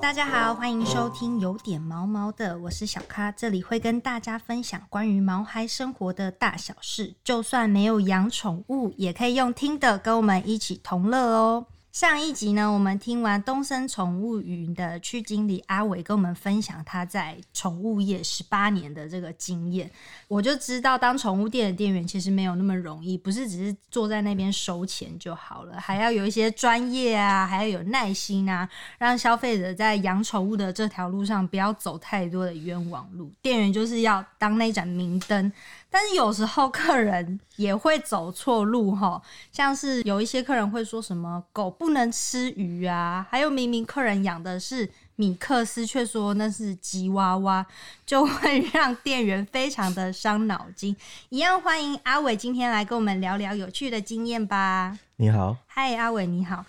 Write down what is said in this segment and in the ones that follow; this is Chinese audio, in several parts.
大家好，欢迎收听有点毛毛的，我是小咖，这里会跟大家分享关于毛孩生活的大小事，就算没有养宠物，也可以用听的跟我们一起同乐哦。上一集呢，我们听完东森宠物云的区经理阿伟跟我们分享他在宠物业十八年的这个经验，我就知道当宠物店的店员其实没有那么容易，不是只是坐在那边收钱就好了，还要有一些专业啊，还要有耐心啊，让消费者在养宠物的这条路上不要走太多的冤枉路。店员就是要当那盏明灯，但是有时候客人也会走错路哈，像是有一些客人会说什么狗不能吃鱼啊，还有明明客人养的是米克斯，却说那是吉娃娃，就会 让店员非常的伤脑筋。一样欢迎阿伟今天来跟我们聊聊有趣的经验吧。你好，嗨，阿伟你好。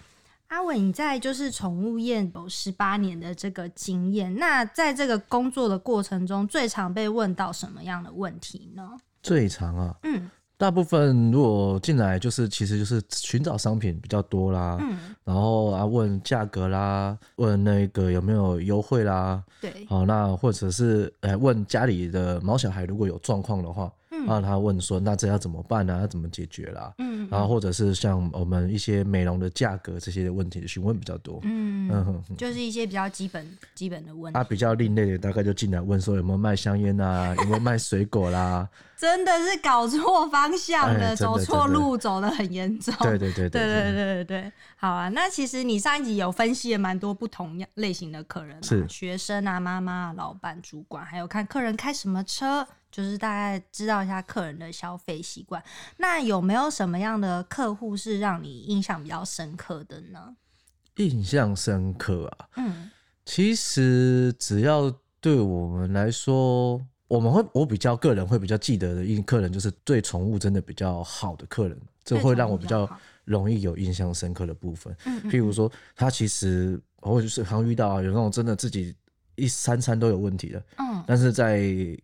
阿伟，你在就是宠物业有十八年的这个经验，那在这个工作的过程中，最常被问到什么样的问题呢？最常啊，嗯大部分如果进来就是其实就是寻找商品比较多啦，嗯，然后啊问价格啦，问那个有没有优惠啦，对，好、那或者是呃问家里的毛小孩如果有状况的话，嗯那他问说那这要怎么办呢、啊？要怎么解决啦？嗯然后或者是像我们一些美容的价格这些的问题询问比较多，嗯，嗯哼哼。就是一些比较基本基本的问题，啊，比较另类的大概就进来问说有没有卖香烟啊，有没有卖水果 啦？真的是搞错方向了，哎真的走错真的路走的很严重。对对嗯对对对对对对对，好啊。那其实你上一集有分析了蛮多不同类型的客人、嘛，是学生啊、妈妈、啊、老板、主管，还有看客人开什么车，就是大概知道一下客人的消费习惯。那有没有什么样的客户是让你印象比较深刻的呢？印象深刻啊。嗯其实只要对我们来说，我们会我比较个人会比较记得的一客人，就是对宠物真的比较好的客人，这对会宠让物我比比较较好容易有印象深刻的部分。嗯嗯譬如说，他其实或者是常遇到啊，有那种真的自己一三餐都有问题的，嗯但是在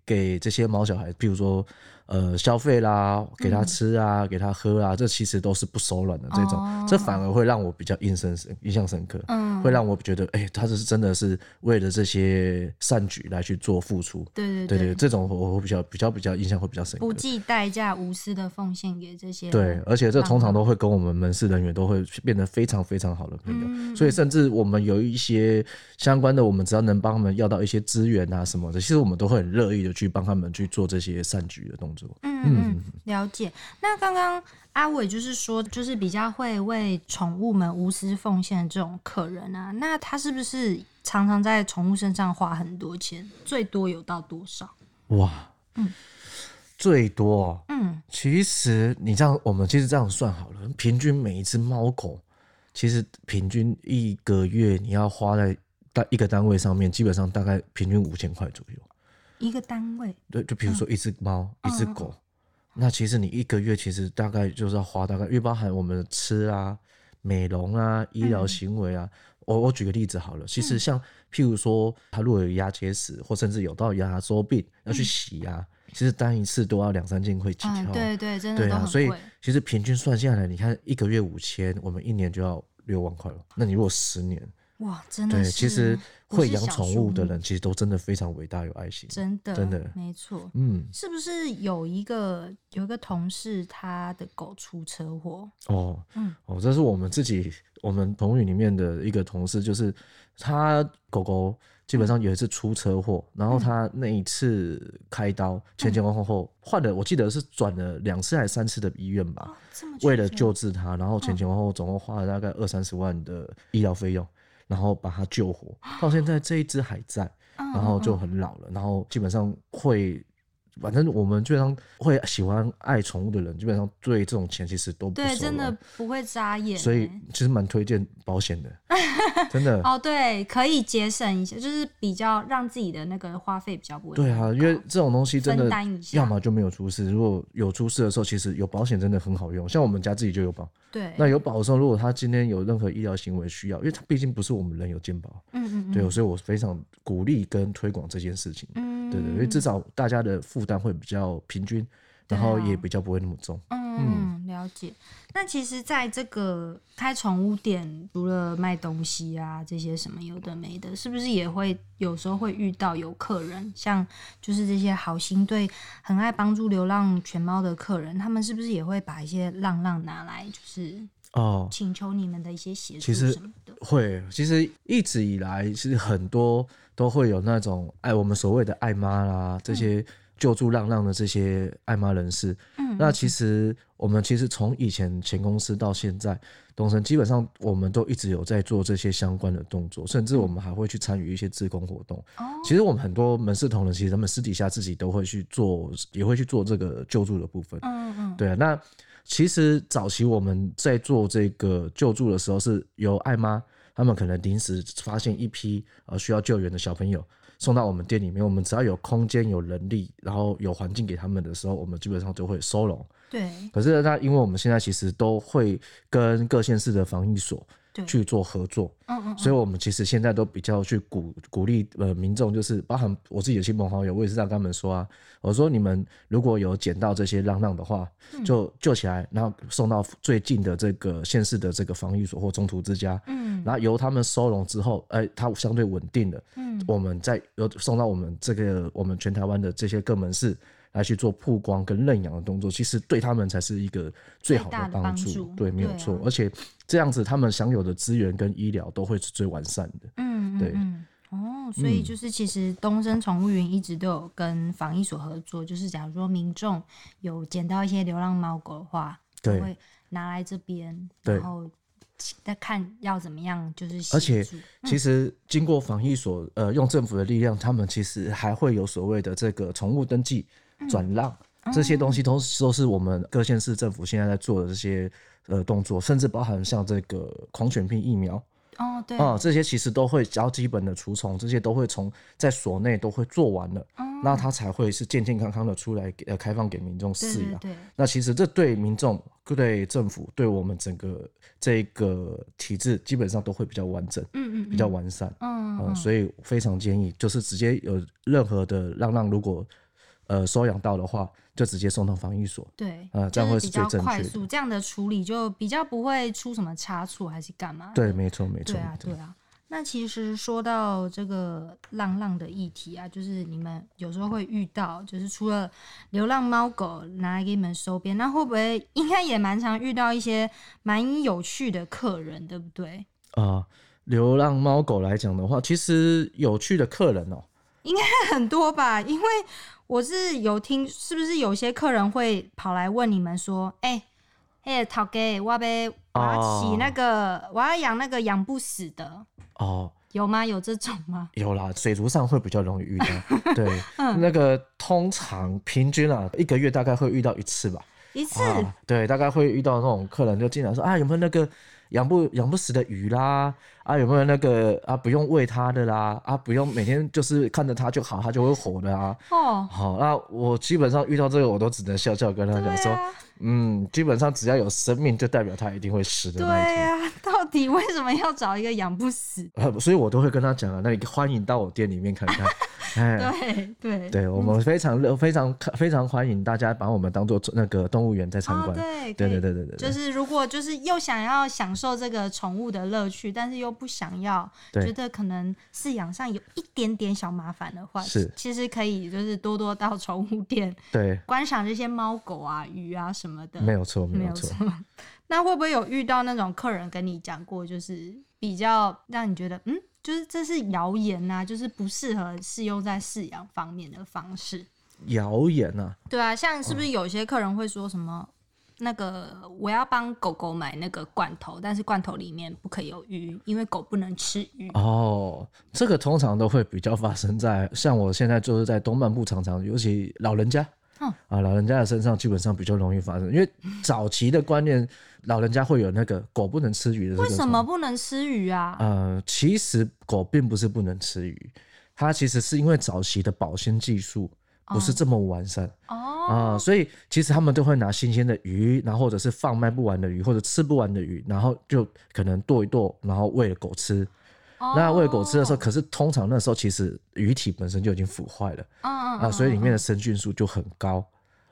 给这些毛小孩，譬如说呃消费啦，给他吃啊，给他喝啊，这其实都是不手软的这种，哦这反而会让我比较印深深印象深刻。嗯，会让我觉得，哎、他这是真的是为了这些善举来去做付出。对对对对，这种我我比较比较比较印象会比较深刻不。嗯计代价、无私的奉献给这些对，而且这通常都会跟我们门市人员都会变得非常非常好的朋友，嗯所以甚至我们有一些相关的，我们只要能帮他们要到一些资源啊什么的，其实我们都会很乐意的去帮他们去做这些善举的动作。嗯，嗯，了解。那刚刚阿伟就是说，就是比较会为宠物们无私奉献的这种客人啊，那他是不是常常在宠物身上花很多钱？最多有到多少？哇，嗯最多、哦，嗯，其实你这样，我们其实这样算好了，平均每一只猫狗，其实平均一个月你要花在单一个单位上面，基本上大概平均五千块左右。一个单位对，就比如说一只猫、一只狗，那其实你一个月其实大概就是要花大概，因为包含我们的吃啊、美容啊、医疗行为啊。我我举个例子好了，其实像譬如说，它如果有牙结石，或甚至有到牙周病，要去洗牙，其实单一次都要两三千块起跳。嗯，对对，真的对都啊，很所以贵。其实平均算下来，你看一个月五千，我们一年就要六万块了。那你如果十年，哇，真的对，是其实不会是养小宠数物的目人，其实都真的非常伟大有爱心。真的真的没错。嗯，是不是有一个有一个同事他的狗出车祸？哦，嗯哦，这是我们自己我们同宇里面的一个同事，就是他狗狗基本上有一次出车祸，嗯然后他那一次开刀前前后后后换了，我记得是转了两次还是三次的医院吧。哦，这么为了久救治他，然后前嗯前后后总共花了大概二三十万的医疗费用，然后把他救活，啊到现在这一只还在，嗯然后就很老了，然后基本上会。反正我们基本上会喜欢爱宠物的人，基本上对这种钱其实都不对，手真的软不会眨眼欸。所以其实蛮推荐保 险的，真的。哦，对，可以节省一些，就是比较让自己的那个花费比较不会那对么高。啊，因为这种东西真分的担一，下要么就没有出事。如果有出事的时候，其实有保险真的很好用。像我们家自己就有保，对，那有保的时候，如果他今天有任何医疗行为需要，因为他毕竟不是我们人有健保，嗯嗯嗯，对，所以我非常鼓励跟推广这件事情，嗯，啊对对，因为至少大家的负担会比较平均，然后也比较不会那么重，嗯嗯，了解。那其实，在这个开宠物店，除了卖东西啊，这些什么有的没的，是不是也会有时候会遇到有客人，像就是这些好心对很爱帮助流浪犬猫的客人，他们是不是也会把一些浪浪拿来，就是哦，请求你们的一些协助其实什么的？会，其实一直以来是很多都会有那种爱我们所谓的爱妈啦，这些救助浪浪的这些爱妈人士。嗯，那其实我们其实从以前前公司到现在，东升基本上我们都一直有在做这些相关的动作，甚至我们还会去参与一些志工活动。哦，其实我们很多门市同仁，其实他们私底下自己都会去做，也会去做这个救助的部分。嗯嗯，对啊，那其实早期我们在做这个救助的时候，是由爱妈他们可能临时发现一批呃需要救援的小朋友送到我们店里面，我们只要有空间、有能力，然后有环境给他们的时候，我们基本上就会收容。对可是那因为我们现在其实都会跟各县市的防疫所对，去做合作，嗯嗯所以我们其实现在都比较去鼓鼓励呃民众，就是包含我自己的亲朋好友，我也是这样跟他们说啊，我说你们如果有捡到这些浪浪的话，嗯就救起来，然后送到最近的这个县市的这个防疫所或中途之家，嗯然后由他们收容之后，哎、它相对稳定了，嗯我们再由送到我们这个我们全台湾的这些各门市。来去做曝光跟认养的动作，其实对他们才是一个最好最大的帮帮助。助对，没有对啊错。而且这样子，他们享有的资源跟医疗都会是最完善的。嗯，嗯对嗯哦，所以就是其实东森宠物云一直都有跟防疫所合作，就是假如说民众有捡到一些流浪猫狗的话，就对会拿来这边，对然后再看要怎么样，就是而协且助其实经过防疫所，呃，用政府的力量，他们其实还会有所谓的这个宠物登记、嗯转让哦这些东西都，是都是我们各县市政府现在在做的这些呃动作，甚至包含像这个狂犬病疫苗哦，对，啊、这些其实都会只要基本的除虫，这些都会从在所内都会做完了，哦那它才会是健健康康的出来给呃开放给民众对饲对养。对，那其实这对民众、对政府、对我们整个这个体制，基本上都会比较完整。嗯嗯比较完善，嗯嗯，所以非常建议，就是直接有任何的浪浪，如果呃收养到的话，就直接送到防疫所。对，啊这就样会是是比最较正快确的速，这样的处理就比较不会出什么差错还是干嘛的，对，没错，没错对，啊，没错对啊。那其实说到这个浪浪的议题啊，就是你们有时候会遇到，就是除了流浪猫狗拿来给你们收编，那会不会应该也蛮常遇到一些蛮有趣的客人，对不对？ 啊。流浪猫狗来讲的话，其实有趣的客人哦、很多吧，因为我是有听，是不是有些客人会跑来问你们说，哎、哎、陶哥，我呗，我要起那个，我要养那个养不死的，哦，有吗？有这种吗？有啦，水族上会比较容易遇 到。对，嗯那个通常平均啊，一个月大概会遇到一次吧。一次，啊，对，大概会遇到那种客人就进来说啊，有没有那个养不养不死的鱼啦？啊，有没有那个啊不用喂它的啦？啊，不用每天就是看着它就好，它就会活的啊。哦，好，那我基本上遇到这个，我都只能笑笑跟他讲说，对啊嗯，基本上只要有生命，就代表它一定会死的对那一天。呀、 到底为什么要找一个养不死？呃，所以我都会跟他讲啊，那你欢迎到我店里面看 看，哎，对对 对我们非常热非常非常欢迎大家把我们当做那个动物园在参哦观，对对对可以对对对，就是如果就是又想要享受这个宠物的乐趣，但是又不想要，对觉得可能饲养上有一点点小麻烦的话，是其实可以就是多多到宠物店对，观赏这些猫狗啊、鱼啊什么的。没有错，没没有有错。错。那会不会有遇到那种客人跟你讲过，就是比较让你觉得嗯，就是这是谣言呐、就是不适合适用在饲养方面的方式？谣言啊，对啊，像是不是有些客人会说什么？那个我要帮狗狗买那个罐头，但是罐头里面不可以有鱼，因为狗不能吃鱼。哦，这个通常都会比较发生在像我现在就是在东半部，常常尤其老人家。嗯啊，老人家的身上基本上比较容易发生，因为早期的观念，老人家会有那个狗不能吃鱼的这个。为什么？不能吃鱼啊？呃，其实狗并不是不能吃鱼，它其实是因为早期的保鲜技术不是这么完善。哦，啊、所以其实他们都会拿新鲜的鱼，然后或者是放卖不完的鱼，或者吃不完的鱼，然后就可能剁一剁，然后喂了狗吃。哦那喂狗吃的时候，可是通常那时候其实鱼体本身就已经腐坏了啊嗯嗯啊，所以里面的生菌数就很高。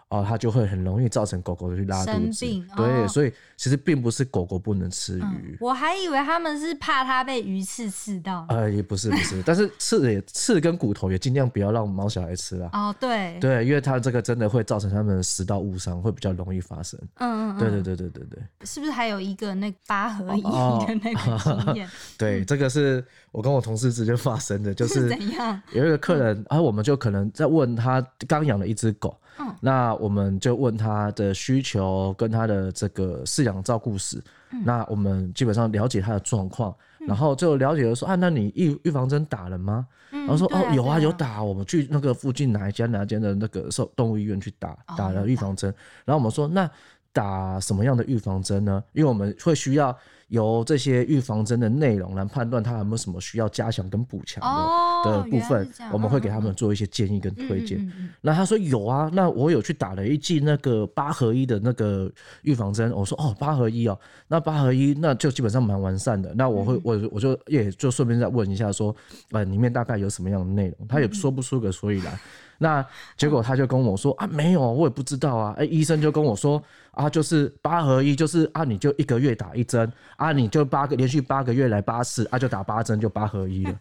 哦，它就会很容易造成狗狗去拉肚生子病。对，哦所以其实并不是狗狗不能吃鱼，嗯我还以为他们是怕它被鱼刺刺到。呃，也不是不是，但是刺也刺跟骨头也尽量不要让毛小孩吃啦。哦，对，对，因为它这个真的会造成它们食道误伤，会比较容易发生。嗯嗯，嗯对对，对对对对是不是还有一个那八合一哦的那个经验、对，这个是我跟我同事之间发生的，就是是怎样？有一个客人，啊，我们就可能在问他刚养了一只狗，嗯那我们就问他的需求跟他的这个饲养照顾史，嗯那我们基本上了解他的状况，然后就了解了说啊，那你预预防针打了吗？嗯 然后说对哦，有啊对有打，我们去那个附近哪一家哪一间的那个兽动物医院去打哦打有了预防针，然后我们说那打什么样的预防针呢？因为我们会需要由这些预防针的内容来判断它有没有什么需要加强跟补强的。哦的部原来分是这样，我们会给嗯他们做一些建议跟推荐。嗯嗯嗯嗯那他说有啊，那我有去打了一剂那个八合一的那个预防针。我说哦，八合一哦，那八合一那就基本上蛮完善的。那我会、我我就也就顺便再问一下说，呃，里面大概有什么样的内容？他也说不出个所以然。那结果他就跟我说啊，没有，我也不知道啊。哎、医生就跟我说啊，就是八合一，就是啊，你就一个月打一针啊，你就八个连续八个月来八次啊，就打八针就八合一了。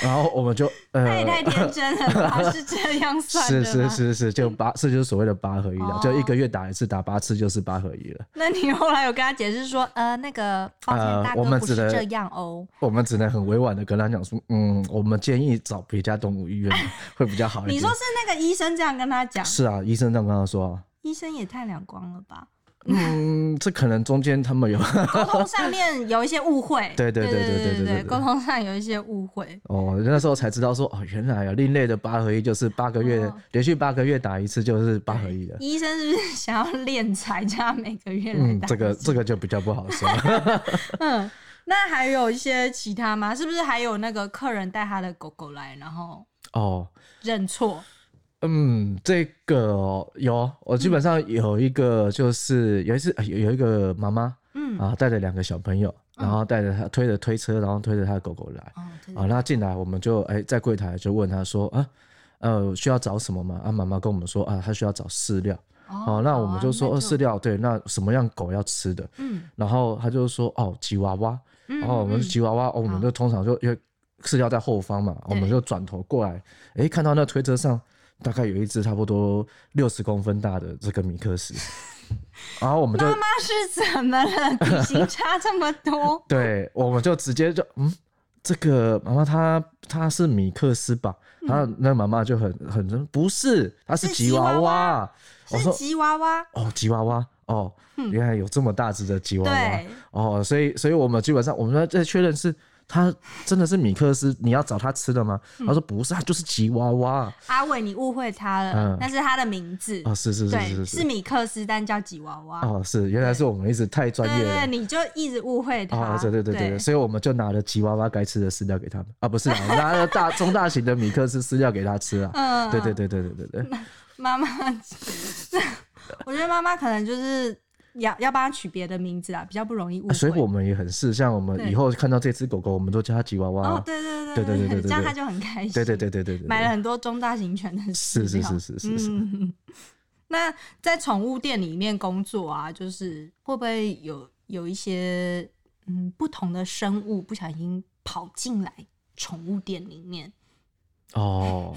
然后我们就呃，哎那也太天真了 吧？是这样算的是吗？是是是，就八这就是所谓的八合一了，哦就一个月打一次，打八次就是八合一了。 那你后来有跟他解释说，呃，那个抱歉，呃大我哥们不只是能这样哦。我们只能很委婉的跟他讲说，嗯，我们建议找别家动物医院会比较好一 点。你说是那个医生这样跟他讲，是啊，医生这样跟他说啊，医生也太两光了 吧？嗯，这可能中间他们有 沟通上面有一些误会，对对对对对对对对对沟通上有一些误 会。哦，那时候才知道说，哦，原来啊，另类的八合一就是八个月、哦连续八个月打一次就是八合一了。医生是不是想要敛财，叫他每个月来嗯，打？这个这个就比较不 好说。嗯，那还有一些其他吗？是不是还有那个客人带他的狗狗来，然后哦，认错？嗯，这个哦有，我基本上有一个就是有一次哎有有一个妈妈，嗯，啊，带着两个小朋友，然后带着他推着推车，然后推着他的狗狗来。哦，对啊，那进来我们就哎、在柜台就问他说啊，呃，需要找什么吗？啊，妈妈跟我们说啊，她需要找饲料。哦、那我们就说、好啊呃，饲料对，那什么样狗要吃的？嗯，然后他就说哦，吉娃娃。嗯然后我嗯们吉娃娃，哦，我们就通常就因为饲料在后方嘛，我们就转头过来，诶，看到那推车上大概有一只差不多六十公分大的这个米 克斯，然后我们就，妈是怎么了？体型差这么多对，我们就直接就嗯，这个妈妈她她是米克斯吧？然后那妈妈就很很不是，她是嗯是吉吉娃娃娃。我是说吉娃娃。哦，吉娃娃哦，原来有这么大只的吉娃娃对，哦，所以所以我们基本上我们在确认是。它真的是米克斯？你要找它吃的吗？他嗯说不是，它就是吉娃娃。阿伟，你误会他了嗯，那是他的名字。哦，是是是对，是米克斯，但叫吉娃娃。哦，是原来是我们一直太专对业对对，了。你就一直误会他啊，。对对对对，所以我们就拿了吉娃娃该吃的饲料给他们啊，不是啦，我们拿了大中大型的米克斯饲料给他吃啊。嗯，对对对对对对啊对，妈 妈，我觉得妈妈可能就是要要帮他取别的名字啊，比较不容易误会。所以我们也很是，像我们对以后看到这只狗狗，我们都叫它吉娃哦娃，。对对对对对对对这对样他就很开心。对对对对对对，买了很多中大型犬的饲是是料是是是是，嗯， 那在宠物店里面工作啊，就是会不会有有一些嗯不同的生物不小心跑进来宠物店里面？哦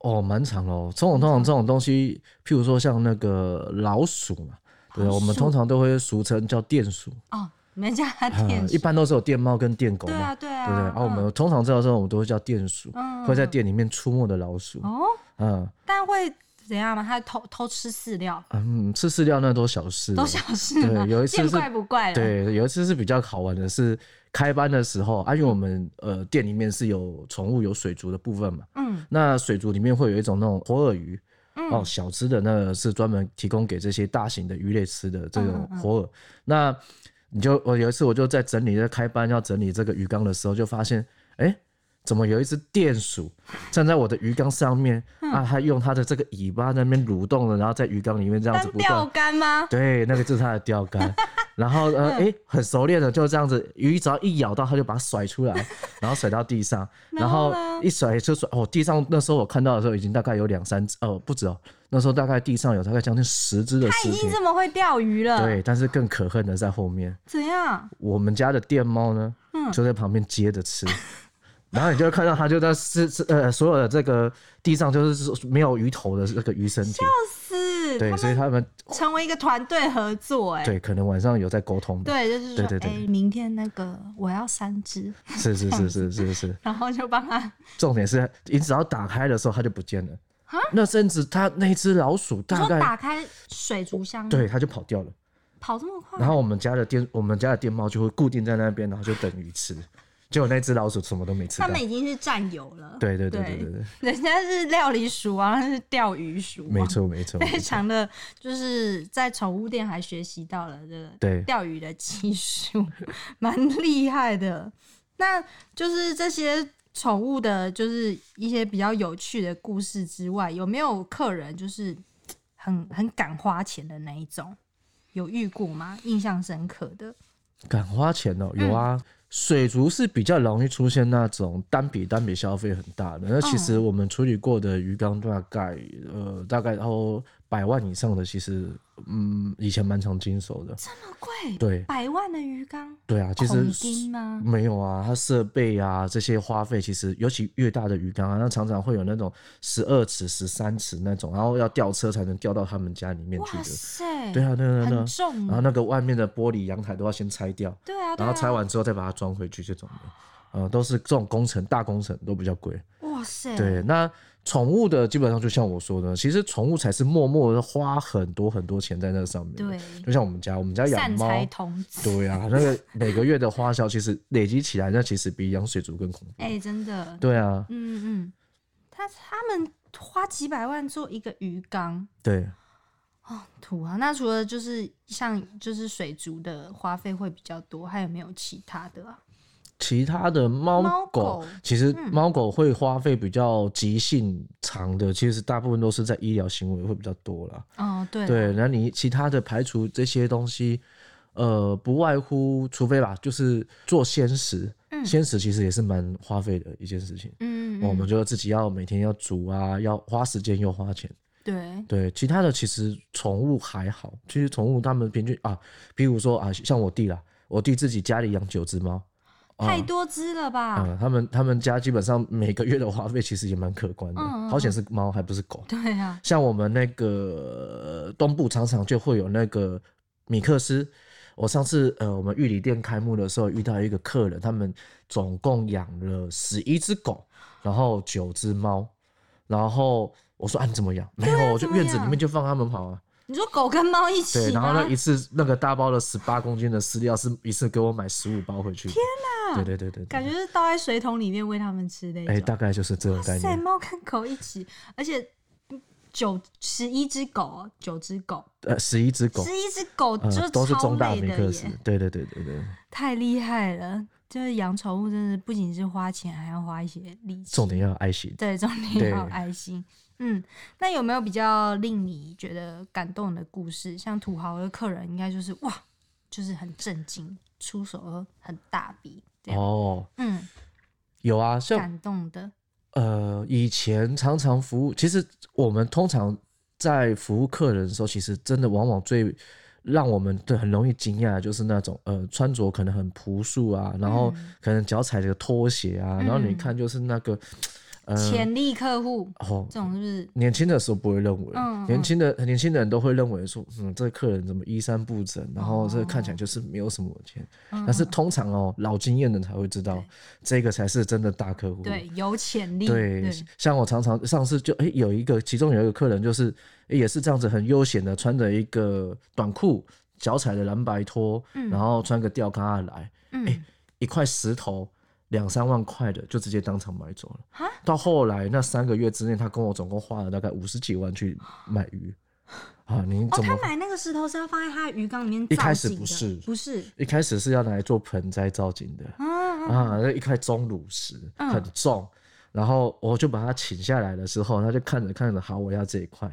哦，蛮长的哦。通常通常这种东西，譬如说像那个老鼠嘛，对，老鼠我们通常都会俗称叫店鼠，哦，你们家啊店、一般都是有店猫跟店狗对啊嘛，对对啊，不对？啊，我们通常知道这种我们都会叫店鼠，嗯会在店里面出没的老鼠嗯，哦，嗯。但会怎样吗？它偷偷吃饲料，嗯，吃饲料那都小事了，都小事嘛，对有一次见是怪不怪了。，对，有一次是比较好玩的是，开班的时候啊，因为我们呃店里面是有宠物有水族的部分嘛，嗯那水族里面会有一种那种活饵鱼。嗯哦，小吃的那个是专门提供给这些大型的鱼类吃的这种嗯嗯嗯活饵。那你就我有一次我就在整理在开班要整理这个鱼缸的时候，就发现，哎、怎么有一只电鼠站在我的鱼缸上面、嗯啊？它用它的这个尾巴在那边蠕动了，然后在鱼缸里面这样子当不断钓竿吗？ 对，那个就是它的钓竿。然后嗯呃，哎、很熟练的就这样子，鱼只要一咬到，它就把它甩出来，然后甩到 地上，然后一甩就甩。哦，地上那时候我看到的时候，已经大概有两三只，哦，不止哦，那时候大概地上有大概将近十只的他尸已体经。这哎么会钓鱼了，对，但是更可恨的在后面，怎样？我们家的电猫呢，嗯就在旁边接着吃。然后你就会看到它就在吃吃呃所有的这个地上就是没有鱼头的这个鱼身体，是，对，他哎所以他们成为一个团队合作、哎，对可能晚上有在沟通的，对，就是说，对哎对对明天那个我要三只，是是是是是是， 然后就帮他重点是你只要打开的时候它就不见了，那甚至它那一只老鼠你大说打概开嗯水族箱，，对它就跑掉了，跑这么快，然后我们家的电我们家的电猫就会固定在那边，然后就等鱼吃，结果那只老鼠什么都没吃他到，们已经是战友了，对对对对对对，人家是料理鼠啊王，他是钓鱼鼠王， 没错没错，非常的就是在宠物店还学习到了这个对 钓鱼的技术， 蛮厉害的。那就是这些宠物的，就是一些比较有趣的故事之外，有没有客人就是很很敢花钱的那一种？有遇过吗？印象深刻的敢花钱哦，有啊。嗯水族是比较容易出现那种单笔单笔消费很大的，哦那其实我们处理过的鱼缸大概、呃大概然后百万以上的，其实嗯以前蛮常经手的。这么贵，对百万的鱼缸，对啊，其红实金吗？没有啊，它设备啊这些花费，其实尤其越大的鱼缸啊，那常常会有那种十二尺、十三尺那种，然后要吊车才能吊到他们家里面去哇的。塞，对啊，对啊，对啊很。重然后那个外面的玻璃阳台都要先拆掉。对啊，对然啊后拆完之后再把它装回去这种的，呃，都是这种工程大工程都比较贵。哇塞，对，那宠物的基本上就像我说的，其实宠物才是默默的花很多很多钱在那上面的。对就像我们家，我们家养善猫，财童子， 对啊，那个每个月的花销其实累积起来，那其实比养水族更恐怖。哎、真的，对啊，嗯嗯，他他们花几百万做一个鱼缸对，哦，土啊！那除了就是像就是水族的花费会比较多，还有没有其他的啊？其他的猫猫狗狗嗯其实猫狗会花费比较急性长的，其实大部分都是在医疗行为会比较多啦。哦，对，对，那你其他的排除这些东西，呃，不外乎除非吧，就是做鲜食，嗯鲜食其实也是蛮花费的一件事情。哦嗯，我嗯们就自己要每天要煮啊，要花时间又花钱。对，对，其他的其实宠物还好，其实宠物它们平均啊，比如说啊，像我弟啦，我弟自己家里养九只猫，啊太多只了吧？啊，他们他们家基本上每个月的花费其实也蛮可观的，嗯嗯好险是猫还不是狗。对啊，像我们那个呃东部常常就会有那个米克斯。我上次呃，我们玉里店开幕的时候遇到一个客人，他们总共养了十一只狗，然后九只猫，然后我说啊你怎么养？没有，我就怎么院子里养面就放他们跑啊。你说狗跟猫一起对，啊然后吗那？一次那个大包的十八公斤的饲料是一次给我买十五包回去。天哪！对对对对，对感觉是倒在水桶里面喂它们吃的一哎、种。大概就是这种概塞，念。猫跟狗一起，而且嗯九十一只狗哦，九只狗，呃，十一只狗，十一只狗就呃，都是超中大累米的克斯耶。。对对对对对。太厉害了！就是养宠物，真的不仅是花钱，还要花一些力气。重点要有爱心。对，重点对要有爱心。嗯，那有没有比较令你觉得感动的故事？像土豪的客人，应该就是哇，就是很震惊，出手都很大笔这样。哦，嗯，有啊，像感动的。呃以前常常服务，其实我们通常在服务客人的时候，其实真的往往最让我们对很容易惊讶，的就是那种呃穿着可能很朴素啊，然后可能脚踩着拖鞋啊，然后你嗯看就是那个呃潜力客户哦这种是不是？年轻的时候不会认为，嗯嗯年轻的年轻人都会认为说，嗯，这个客人怎么衣衫不整，然后这个看起来就是没有什么钱。但是通常哦，老经验的才会知道对，这个才是真的大客户。对，有潜力。对对，像我常常上次就哎、有一个，其中有一个客人就是、诶也是这样子很悠闲的，穿着一个短裤，脚踩着蓝白拖，然后穿个吊嘎来，嗯，一块石头两三万块的，就直接当场买走哈了。到后来那三个月之内，他跟我总共花了大概五十几万去买鱼啊！你哦，怎么、他买那个石头是要放在他的鱼缸里面一造开始景不的是不是一开始是要拿来做盆栽造景的啊，啊？那一块钟乳石嗯很重，然后我就把它请下来的时候，他就看着看着，好，我要这一块。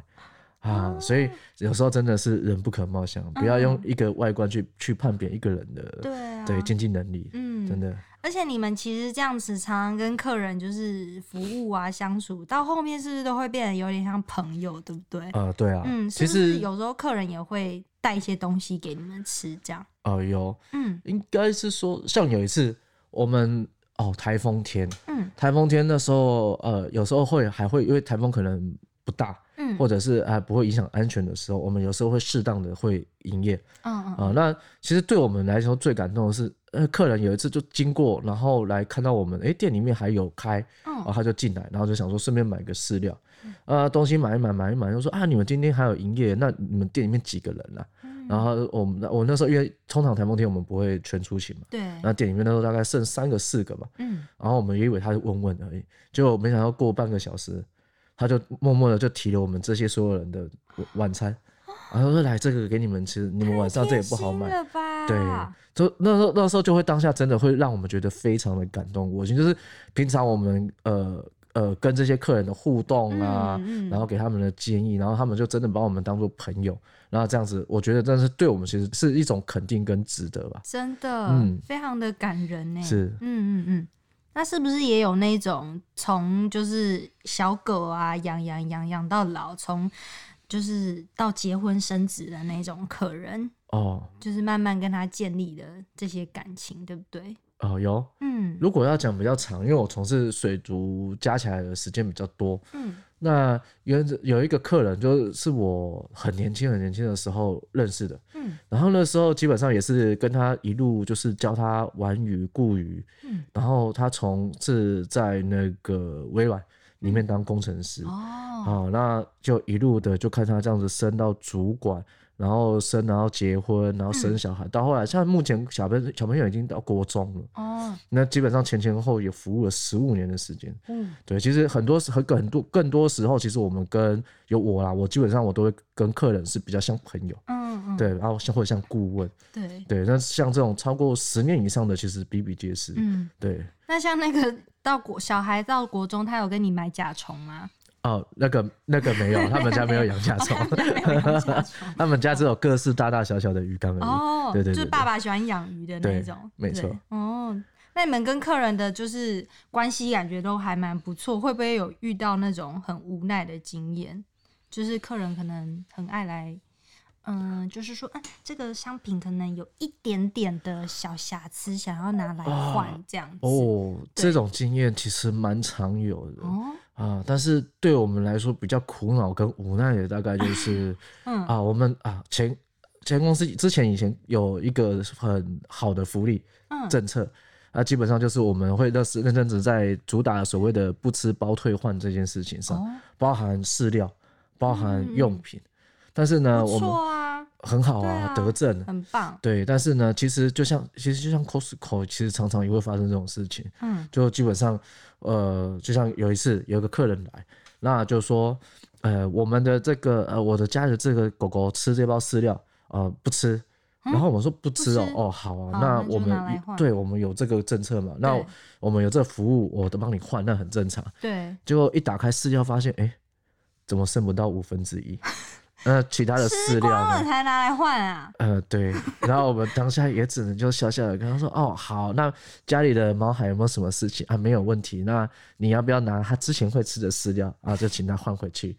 啊，哦所以有时候真的是人不可貌相，不要用一个外观去去判别一个人的嗯对啊，对经济能力，嗯，真的而且你们其实这样子常常跟客人就是服务啊相处，到后面是不是都会变得有点像朋友，对不对？啊，对啊，嗯，其是不是实有时候客人也会带一些东西给你们吃，这样，啊有，嗯应该是说像有一次我们哦台风天，嗯台风天那时候呃有时候会还会因为台风可能不大，嗯，或者是啊不会影响安全的时候，我们有时候会适当的会营业嗯嗯啊、那其实对我们来说最感动的是，呃，客人有一次就经过，然后来看到我们，诶，店里面还有开，嗯然后他就进来，然后就想说顺便买个饲料，啊，东西买一买买一买，就说啊，你们今天还有营业，那你们店里面几个人啊？然后我们我那时候因为通常台风天我们不会全出勤嘛，对，那店里面那时候大概剩三个四个吧，嗯然后我们也以为他是问问而已，结果没想到过半个小时，他就默默的就提了我们这些所有人的晚晚餐，然后说来这个给你们吃，你们晚上这也不好买太。贴心了吧？对，啊就那时候那时候就会当下真的会让我们觉得非常的感动窝心，就是平常我们呃呃跟这些客人的互动啊，嗯嗯然后给他们的建议，然后他们就真的把我们当做朋友，然后这样子，我觉得但是对我们其实是一种肯定跟值得吧。真的，嗯非常的感人呢。是嗯嗯嗯。那是不是也有那种从就是小狗啊养养养养到老，从就是到结婚生子的那种客人，哦就是慢慢跟他建立的这些感情，对不对？哦有，嗯如果要讲比较长，因为我从事水族加起来的时间比较多，嗯那原则有一个客人就是我很年轻很年轻的时候认识的，嗯然后那时候基本上也是跟他一路就是教他玩鱼、顾鱼，嗯然后他从是在那个微软里面当工程师，哦好、那就一路的就看他这样子升到主管，然后升，然后结婚，然后嗯生小孩，到后来像目前小朋小朋友已经到国中了，哦那基本上前前后后也服务了十五年的时间。嗯对，其实很多时很很多更多时候，其实我们跟有我啦，我基本上我都会跟客人是比较像朋友，嗯嗯对，然后像或者像顾问，对对。那像这种超过十年以上的，其实比比皆是。嗯。对那像那个到国小孩到国中，他有跟你买甲虫吗？ 哦，那个那个没有，他们家没有养甲虫，没有买甲虫他们家只有各式大大小小的鱼缸而已。哦，对对对就是对爸爸喜欢养鱼的那对种，没对错。哦，那你们跟客人的就是关系感觉都还蛮不错，会不会有遇到那种很无奈的经验？就是客人可能很爱来，嗯、就是说，哎、这个商品可能有一点点的小瑕疵，想要拿来换这样子。啊哦，对这种经验其实蛮常有的。哦，啊，但是对我们来说比较苦恼跟无奈的，大概就是， 嗯啊，我们啊前前公司之前以前有一个很好的福利嗯政策，啊，基本上就是我们会那时那阵子在主打所谓的不吃包退换这件事情上，哦包含饲料，包含嗯嗯用品，但是呢，不我们错啊，很好对啊，啊德政。很棒。对，但是呢，其实就像其实就像 Costco，其实常常也会发生这种事情。嗯就基本上，呃，就像有一次有一个客人来，那就说，呃，我们的这个呃，我的家里的这个狗狗吃这包饲料，呃，不吃。然后我们说不吃哦，嗯不吃哦好啊，好那就我拿来们换对我们有这个政策嘛，那对我们有这个服务，我都帮你换，那很正常。对，结果一打开饲料，发现哎，怎么剩不到五分之 一？那其他的饲吃料光呢了？哦才拿来换啊。呃，对，然后我们当下也只能就小小的跟他说，哦，好，那家里的猫还有没有什么事情啊？没有问题，那你要不要拿它之前会吃的饲料啊？就请它换回去。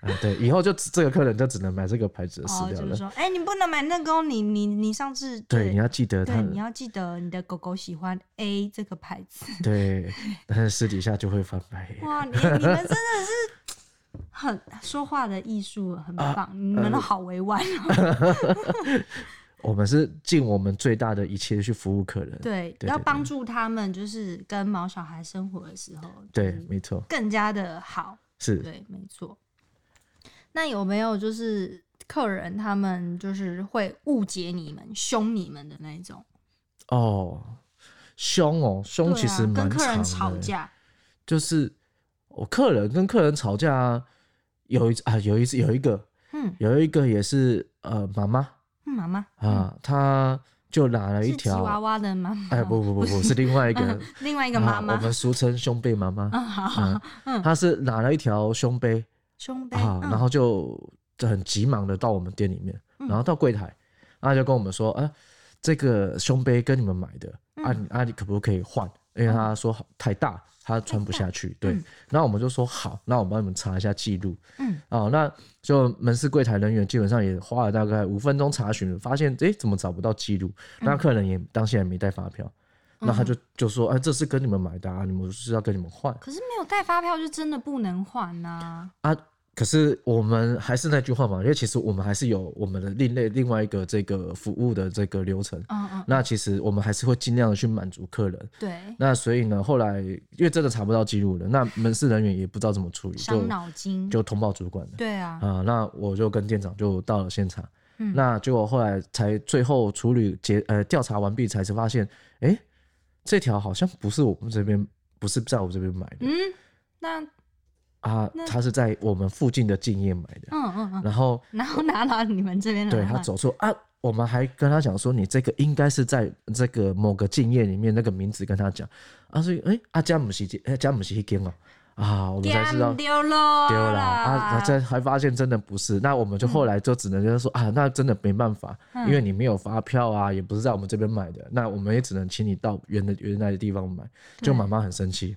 啊，对，以后就只这个客人就只能买这个牌子的饲哦，料就是了。说，哎、你不能买那个哦，你你你上次对，你要记得它对，，你要记得你的狗狗喜欢 A 这个牌 子。对，但是私底下就会翻白眼。哇，你你们真的是很说话的艺术很啊棒，你呃们都好委婉哦。 我们是尽我们最大的一切去服务客人。对，对要对帮助他们，就是跟毛小孩生活的时候，对就是没错，更加的好。是对，没错。那有没有就是客人他们就是会误解你们、凶你们的那一种？哦，凶哦，凶对其实啊、跟蛮客人长吵的架，就是我客人跟客人吵架，有一次啊，有一次有一个嗯，有一个也是呃妈妈嗯妈妈啊，她就拿了一是吉娃条，娃的妈妈，哎不不不不，是另外一个 另外一一个妈妈我，们俗称胸背妈妈， 嗯，好，啊，她是拿了一条胸背胸背，啊，嗯然后就很急忙的到我们店里面，然后到柜台，然后就跟我们说，啊，这个胸杯跟你们买的，啊你啊你可不可以换？因为他说嗯太大，嗯他穿不下去。对，那我们就说好，那我帮你们查一下记录。嗯，哦，那就门市柜台人员基本上也花了大概五分钟查询，发现诶怎么找不到记录？那客人也当下也没带发票，那他就就说，哎、这是跟你们买的、啊，你们是要跟你们换可是没有带发票就真的不能换呐、啊。可是我们还是那句话嘛，因为其实我们还是有我们的另类另外一个这个服务的这个流程。嗯嗯，那其实我们还是会尽量的去满足客人。对，那所以呢，后来因为真的查不到记录了，那门市人员也不知道怎么处理，就伤脑筋。就通报主管了。对啊，啊、那我就跟店长就到了现场，嗯那结果后来才最后处理结呃调查完毕，才是发现，哎、这条好像不是我们这边，不是在我们这边买的、嗯，那嗯啊，他是在我们附近的竞业买的，嗯嗯，然后然后拿到你们这边来对他换走错啊。我们还跟他讲说，你这个应该是在这个某个竞业里面那个名字跟他讲，啊，所以哎，阿加姆西哎，加姆西一间哦，啊，我们才知道干丢喽，丢啦啊！这还发现真的不是，那我们就后来就只能就是说、啊，那真的没办法，因为你没有发票啊，也不是在我们这边买的，那我们也只能请你到原的原来的地方买。就妈妈很生气，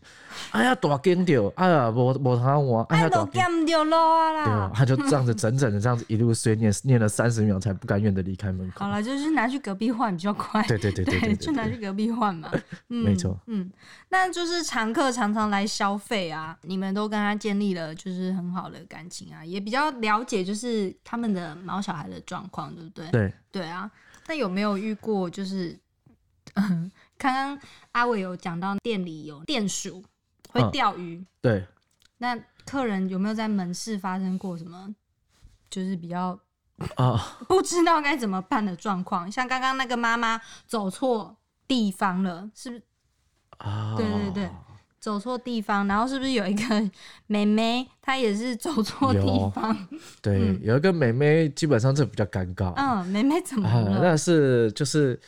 哎呀，大间丢，哎呀，我我他我，哎哎呀，大都间干丢喽对啊，啦。他就这样子整整的这样子一路碎念，念了三十秒才不甘愿的离开门口好。了，就是拿去隔壁换比较快。 对对 对对 对就对拿对，去隔壁换嘛。嗯，没错。嗯，那就是常客常常来消费啊，你们都跟他建立了就是很好的感情啊，也比较了解就是他们的毛小孩的状况，对不对？对，对啊。那有没有遇过就是， 嗯，刚刚阿伟有讲到店里有店鼠会嗯钓鱼，对，那客人有没有在门市发生过什么？就是比较 啊，不知道该怎么办的状况，像刚刚那个妈妈走错地方了，是不是啊，对对对走错地方？然后是不是有一个 妹妹，她也是走错地 方？对，有一个妹妹，基本上这比较尴尬。嗯，妹妹怎么啊，了？那是就是，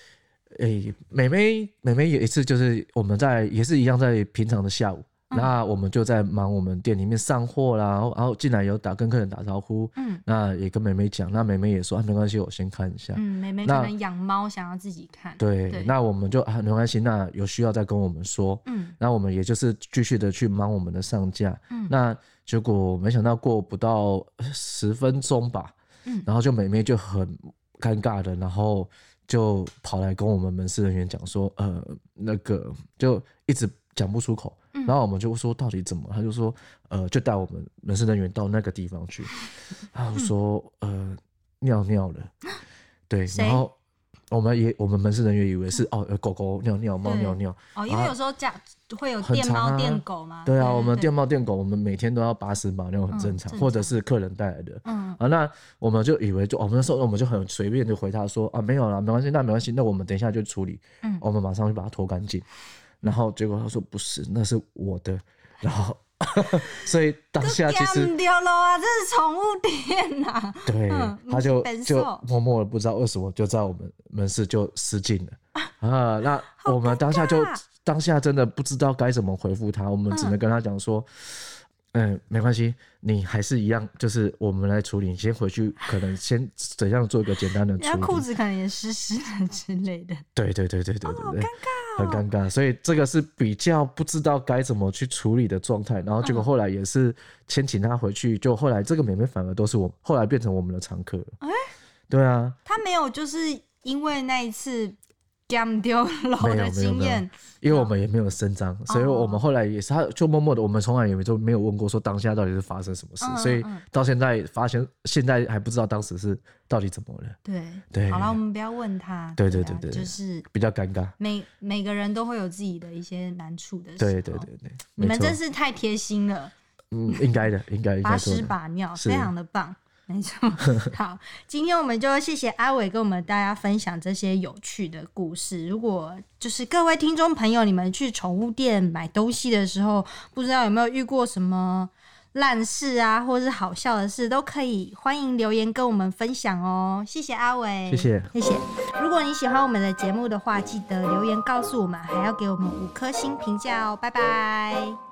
诶、美美美美有一次就是我们在也是一样在平常的下午，那我们就在忙我们店里面上货啦，然后然后进来有打跟客人打招呼，嗯那也跟美美讲，那美美也说啊没关系，我先看一下。嗯，妹妹可那能养猫，想要自己看。对，对那我们就啊没关系，那有需要再跟我们说。嗯那我们也就是继续的去忙我们的上架，嗯那结果没想到过不到十分钟吧，嗯然后就美美就很尴尬的，然后就跑来跟我们门市人员讲说，呃，那个就一直讲不出口，嗯然后我们就说到底怎么了，他就说，呃，就带我们门市人员到那个地 方去，然后说，呃，尿尿 了，对，谁嗯然后。我们也，我们门市人员以为是哦，呃狗狗尿尿，猫对尿尿，哦，因为有时候家会有啊很电长猫、啊电狗嘛。嗯对啊，我们对电猫电狗，我们每天都要把屎把尿，很嗯正常，正或者常是客人带来的。嗯啊，那我们就以为就、哦我们那时候我们就很随便就回他说啊，没有啦，没关系，那没关系，那我们等一下就处理，哦嗯我们马上就把它拖干净。然后结果他说不是，那是我的。然后， 所以当下其实干掉了啊！这是宠物店呐、 啊，对嗯，他就本就兽默默的不知道为什么就在我们门市就失禁了 啊。那我们当下就尴尬当下真的不知道该怎么回复他，我们只能跟他讲说。嗯，没关系，你还是一样，就是我们来处理。你先回去，可能先怎样做一个简单的人家处裤理。子可能也湿湿的之类的。对对对对对对对，哦尴很尴尬。所以这个是比较不知道该怎么去处理的状态。然后结果嗯后来也是先请他回去，就后来这个妹妹反而都是我，后来变成我们的常客。哎、对啊，他没有就是因为那一次 gam 丢楼没有的经没有验没，因为我们也没有声张，所以哦我们后来也是，他就默默的，我们从来也就没有问过说当下到底是发生什么事，嗯嗯所以嗯到现在发现现在还不知道当时是到底怎么了，对对好了，我们不要问他，对对啊对对对就是比较尴尬。每每个人都会有自己的一些难处的时候，对对对对，哦你没们错真，是太贴心了，嗯，应该的，应该应把该说屎的，把尿，是非常的棒。没错， 好，今天我们就谢谢阿伟跟我们大家分享这些有趣的故事。如果就是各位听众朋友，你们去宠物店买东西的时候，不知道有没有遇过什么烂事啊，或是好笑的事，都可以欢迎留言跟我们分享哦。谢谢阿伟，谢谢，谢谢。如果你喜欢我们的节目的话，记得留言告诉我们，还要给我们五颗星评价哦。拜拜。